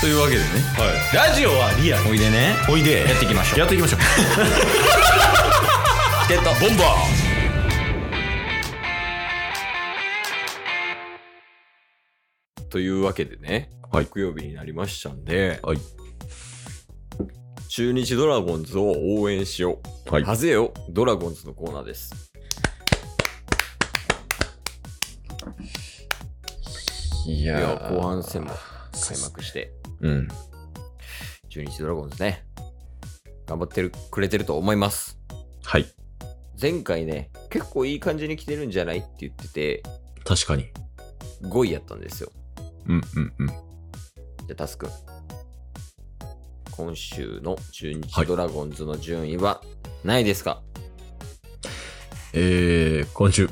というわけでねラジオはリアルおいでねおいでやっていきましょうやっていきましょうチケットボンバーというわけでね、はい木曜日になりましたんで、はい中日ドラゴンズを応援しよう、はいぜよドラゴンズのコーナーですいいやや後半戦も開幕してうん中日ドラゴンズね頑張ってるくれてると思いますはい前回ね結構いい感じに来てるんじゃないって言ってて確かに5位やったんですようんうんうんじゃあ、タスク。今週の中は日いドラゴンズの順位はないですか、えー、今週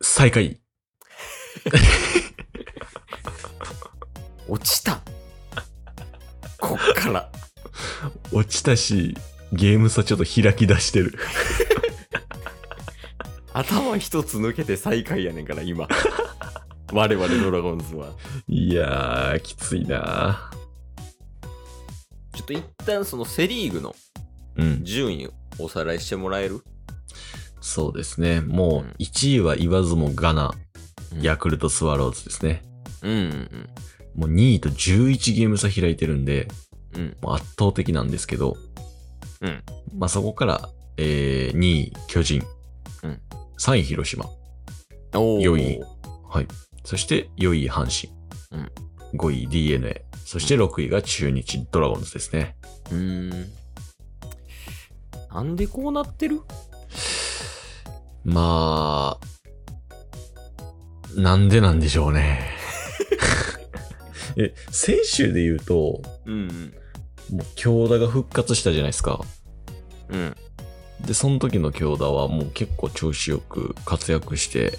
最下位落ちたこっから。落ちたしゲーム差ちょっと開き出してる頭一つ抜けて最下位やねんから、今。我々ドラゴンズは。いやーきついなちょっと一旦そのセリーグのうん順位をおさらいしてもらえるそうですねうもんう1位は言わずもがなうんヤクルトスワローズですねうんうんもう2位と11ゲーム差開いてるんでうん。うん。もう圧倒的なんですけど、うんまあ、そこから、えー、2位巨人、うん3位広島おー4位。はい。そして4位阪神。うん5位 DNA。そして6位が中日ドラゴンズですね。うーん。なんでこうなってるまあ、なんでなんでしょうね。 え、先週で言うと、うんもう京田が復活したじゃないですか。うん。うん。で、その時の京田はもう結構調子よく活躍して、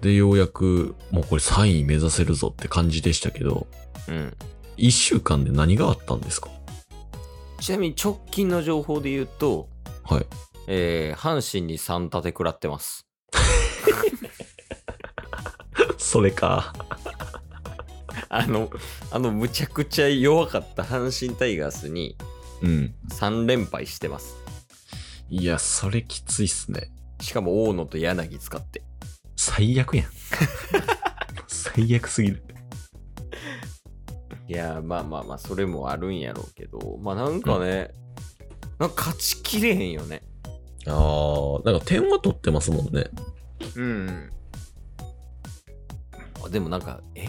で、ようやくもうこれ3位目指せるぞって感じでしたけど、うん。 1週間で何があったんですかちなみに直近の情報で言うと、はい。えー、阪神に3立て食らってます。 それか。あの、あの、むちゃくちゃ弱かった阪神タイガースにうん。 3連敗してます。いや、それきついっすね。しかも大野と柳使って。最悪やん。 最悪すぎる。いやー、まあまあまあ、それもあるんやろうけど、まあなんかね、なんか勝ちきれへんよね。あー、なんか点は取ってますもんね。うん。あでもなんか、え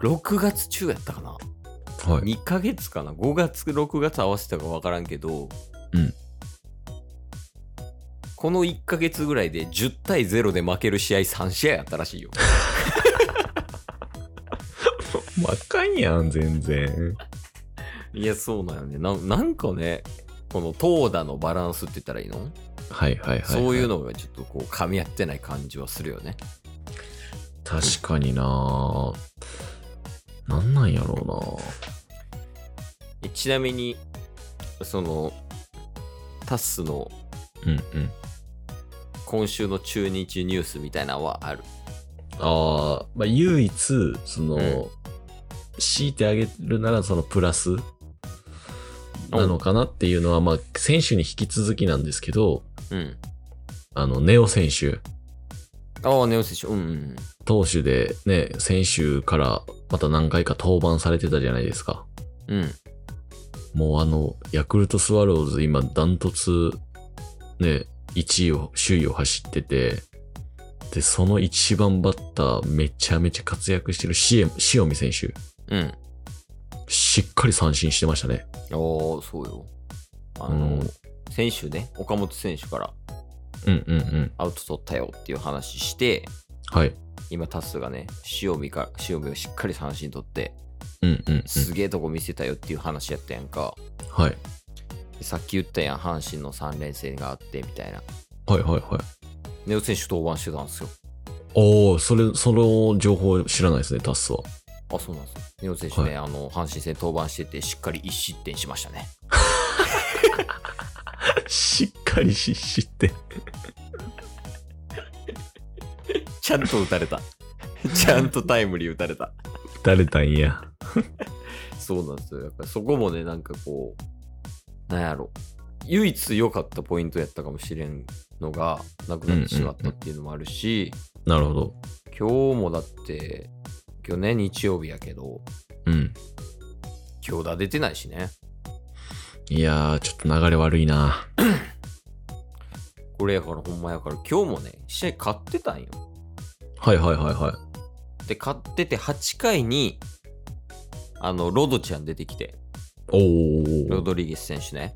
?6 月中やったかなはい。 2ヶ月かな5月6月合わせたか分からんけど、うんこの1ヶ月ぐらいで10対0で負ける試合3試合やったらしいよ若いやん、全然。いやそうなんよねななんかねこの投打のバランスって言ったらいいの、はいはいはい、はい。そういう。のがちょっとこう噛み合ってない感じはするよね確かにななんなんやろえちなみにそのタッスのうなうんうん。今週の中日ニュースみたいなのはあるあー、まあ、唯一、その、うん強いてあげるなら、そのプラスなのかなっていうのは、まあ、選手に引き続きなんですけど、うんあの、ネオ選手。ああネオ選手うんうん投手でね、先週からまた何回か登板されてたじゃないですか。うんうんもうあの、ヤクルトスワローズ今ダントツ、ね、1位を、首位を走ってて、で、その一番バッターめちゃめちゃ活躍してるシエ塩見選手、うんしっかり三振してましたね。ああ、そうよ。あの、先週ね、岡本選手からうんうんうん。アウト取ったよっていう話して、はい。今タスがね、塩見か塩見をしっかり三振取って、うんうん、うん。すげえとこ見せたよっていう話やったやんか。はい。さっき言ったやん、阪神の3連戦があってみたいな。はいはいはい。ネオ選手登板してたんですよ。おー、それ、その情報知らないですね、タッスは。あ、そうなんですよ。ネオ選手ね、あの、阪神戦登板してて、しっかり1失点しましたね。 しっかりししって。ちゃんと打たれた。 ちゃんとタイムリー打たれた。打たれたんや。そうなんですよ。やっぱりそこもね、なんかこう、なんやろ。唯一良かったポイントやったかもしれんのが、なくなってしまったっていうのもあるし、なるほど。今日もだって、今日ね、日曜日やけど、うん。今日だ出てないしね。いやー、ちょっと流れ悪いな。これやからほんまやから、今日もね、試合勝ってたんよ。はいはいはいはい。で、勝ってて8回に、あの、ロドちゃん出てきて、おロー。ドリゲス選手ね。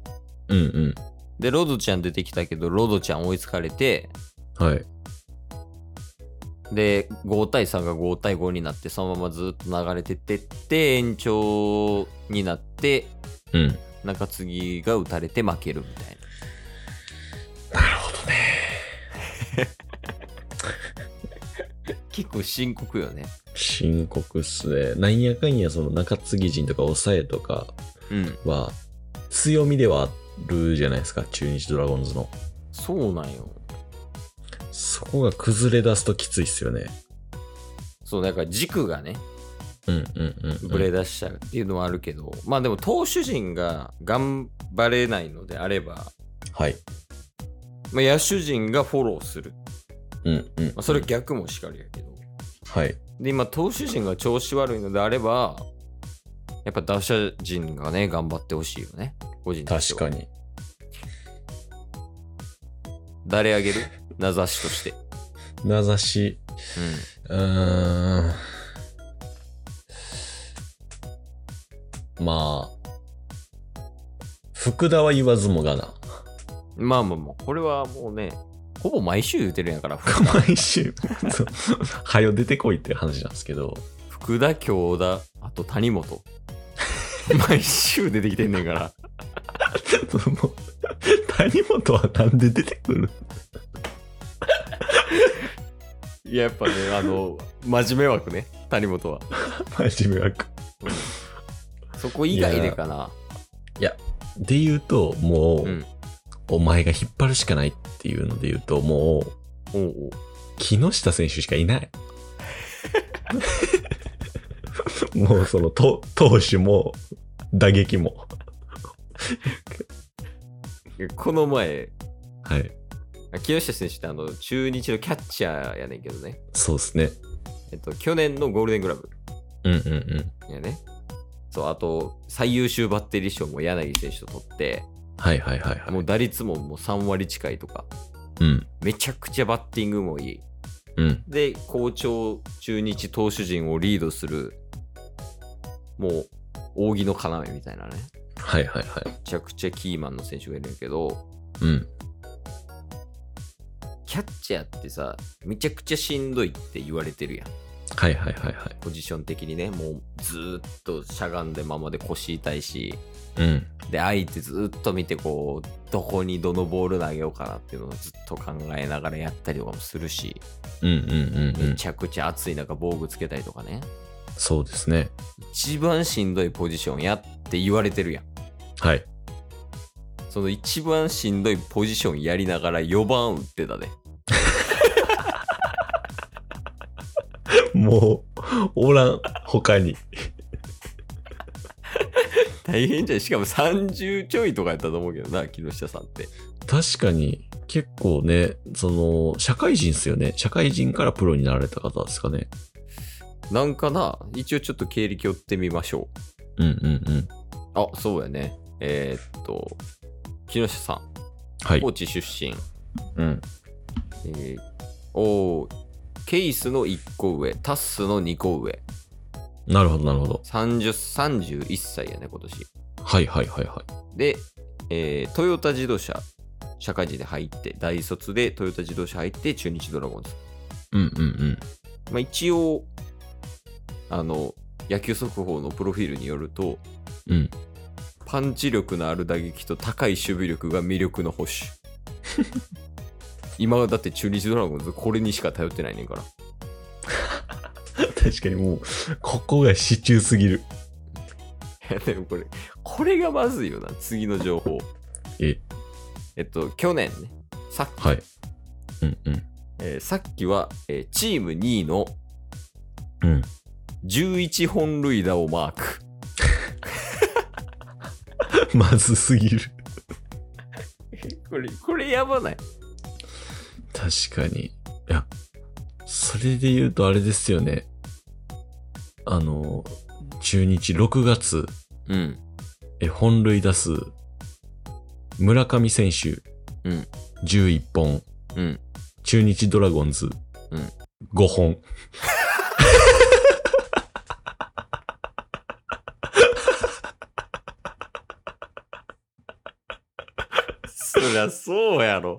うんうん。で、ロドちゃん出てきたけど、ロドちゃん追いつかれて、はい。で、5対3が5対5になって、そのままずっと流れてってって、延長になって、うん。なる中継ぎが打たれて負けるみたいな。ほどね。 結構深刻よね。深刻っすね。なんやかんや、その中継ぎ陣とか抑えとかうん。は、強みではあるじゃないですか、中日ドラゴンズの。そうなんよ。そこが崩れ出すときついっすよね。そう、だから軸がね、うんうんうん、うん。ブレ出しちゃうっていうのはあるけど、まあでも投手陣が頑張れないのであれば、はい。まあ、野手陣がフォローする。うんうん。まあ、それ逆もしかりやけど。はい。で、今、投手陣が調子悪いのであれば、やっぱ打者陣がね、頑張ってほしいよね。個人として確はかに。誰あげる名指しとして。うん。名指し。うーん。まあ。福田は言わずもがな。まあまあまあ、これはもうね、ほぼ毎週言ってるんやから、福田 毎週、そうはよ出てこいっていう話なんですけど。福田、京田、あと谷 本。毎週出てきてんねんから。もう谷本はなんで出てくるいや、やっぱね、あの、真面目枠ね、谷本は。真面目枠。そこ以外でかな。で言うと、もう、うんお前が引っ張るしかないっていうので言うと、もう、おうおう木下選手しかいない。もうそのと投手も打撃も。いやこの前、はい。木下選手ってあの中日のキャッチャーやねんけどね、そうですね。えっと、去年のゴールデングラブうんうんうん。やね。そう、あと、最優秀バッテリー賞も柳選手と取って、はいはいはいはい。もう打率ももう3割近いとか、うん。めちゃくちゃバッティングもいい。うん。で、好調中日投手陣をリードする、もう、扇の要みたいなね、はいはいはいめ。ちゃくちゃキーマンの選手がいるんやけど、うん。キャッチャーってさ、めちゃくちゃしんどいって言われてるやん。はいはいはいはい。ポジション的にね、もうずーっとしゃがんでままで腰痛いし、うん。で、相手ずーっと見て、こう、どこにどのボール投げようかなっていうのをずっと考えながらやったりとかもするし、うんうんうんうめん。ちゃくちゃ暑い中防具つけたりとかね、そうですね。一番しんどいポジションやって言われてるやん。はい。その一番しんどいポジションやりながら4番打ってたね。もう、おらん、他に。大変じゃん。しかも30ちょいとかやったと思うけどな、木下さんって。確かに、結構ね、その、社会人っすよね。社会人からプロになられた方ですかね。なんかな、一応ちょっと経歴追ってみましょう。うんうんうん。あ、そうやね。えーっと、木下さん、はい高。知出身。うん。えーおーケイスの1個上、タッスの2個上。なるほどなるほど。 30、31歳やね、今年。はいはいはいはい。で、えートヨタ自動車、社会人で入って、大卒でトヨタ自動車入って、中日ドラゴンズ。うんうんまあ、一応、あの、野球速報のプロフィールによると、うん。うん。パンチ力のある打撃と高い守備力が魅力の捕手 今はだって中日ドラゴンズこれにしか頼ってないねんから確かにもう、ここが支柱すぎる。いや でもこれこれがまずいよな次の情報え、えっと去年ねさっき、はい。うんうん。えーさっきは、えーチーム2位のうん。 11本塁打をマーク。 まずすぎる。これ、これやばない。確かに。いや、それで言うとあれですよね。あの、中日6月、うん。え、本塁打数、村上選手、うん11本、うん。中日ドラゴンズ、うん5本。そりゃそうやろ。